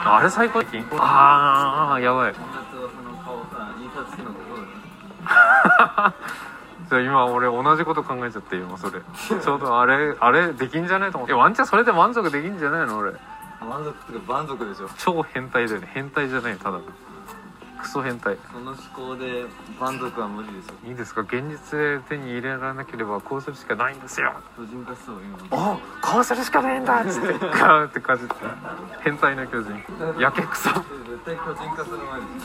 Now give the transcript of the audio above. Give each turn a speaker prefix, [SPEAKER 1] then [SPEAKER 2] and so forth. [SPEAKER 1] あれ最高ああやばい
[SPEAKER 2] あとその顔さ印刷機のところに
[SPEAKER 1] じゃあ今俺同じこと考えちゃって今それちょうどあれあれできんじゃないと思ってえワンチャンそれで満足できんじゃないの俺
[SPEAKER 2] あ満足っていうか満足でしょ
[SPEAKER 1] 超変態だよね変態じゃないよただのクソ変態
[SPEAKER 2] その思考で満足は無理でしょ
[SPEAKER 1] いいですか現実で手に入れられなければこうするしかないんですよ
[SPEAKER 2] 巨人化しそう今
[SPEAKER 1] おこうするしかねえんだっつってガーってかじって変態の巨人やけくそ
[SPEAKER 2] 絶対巨人化する前に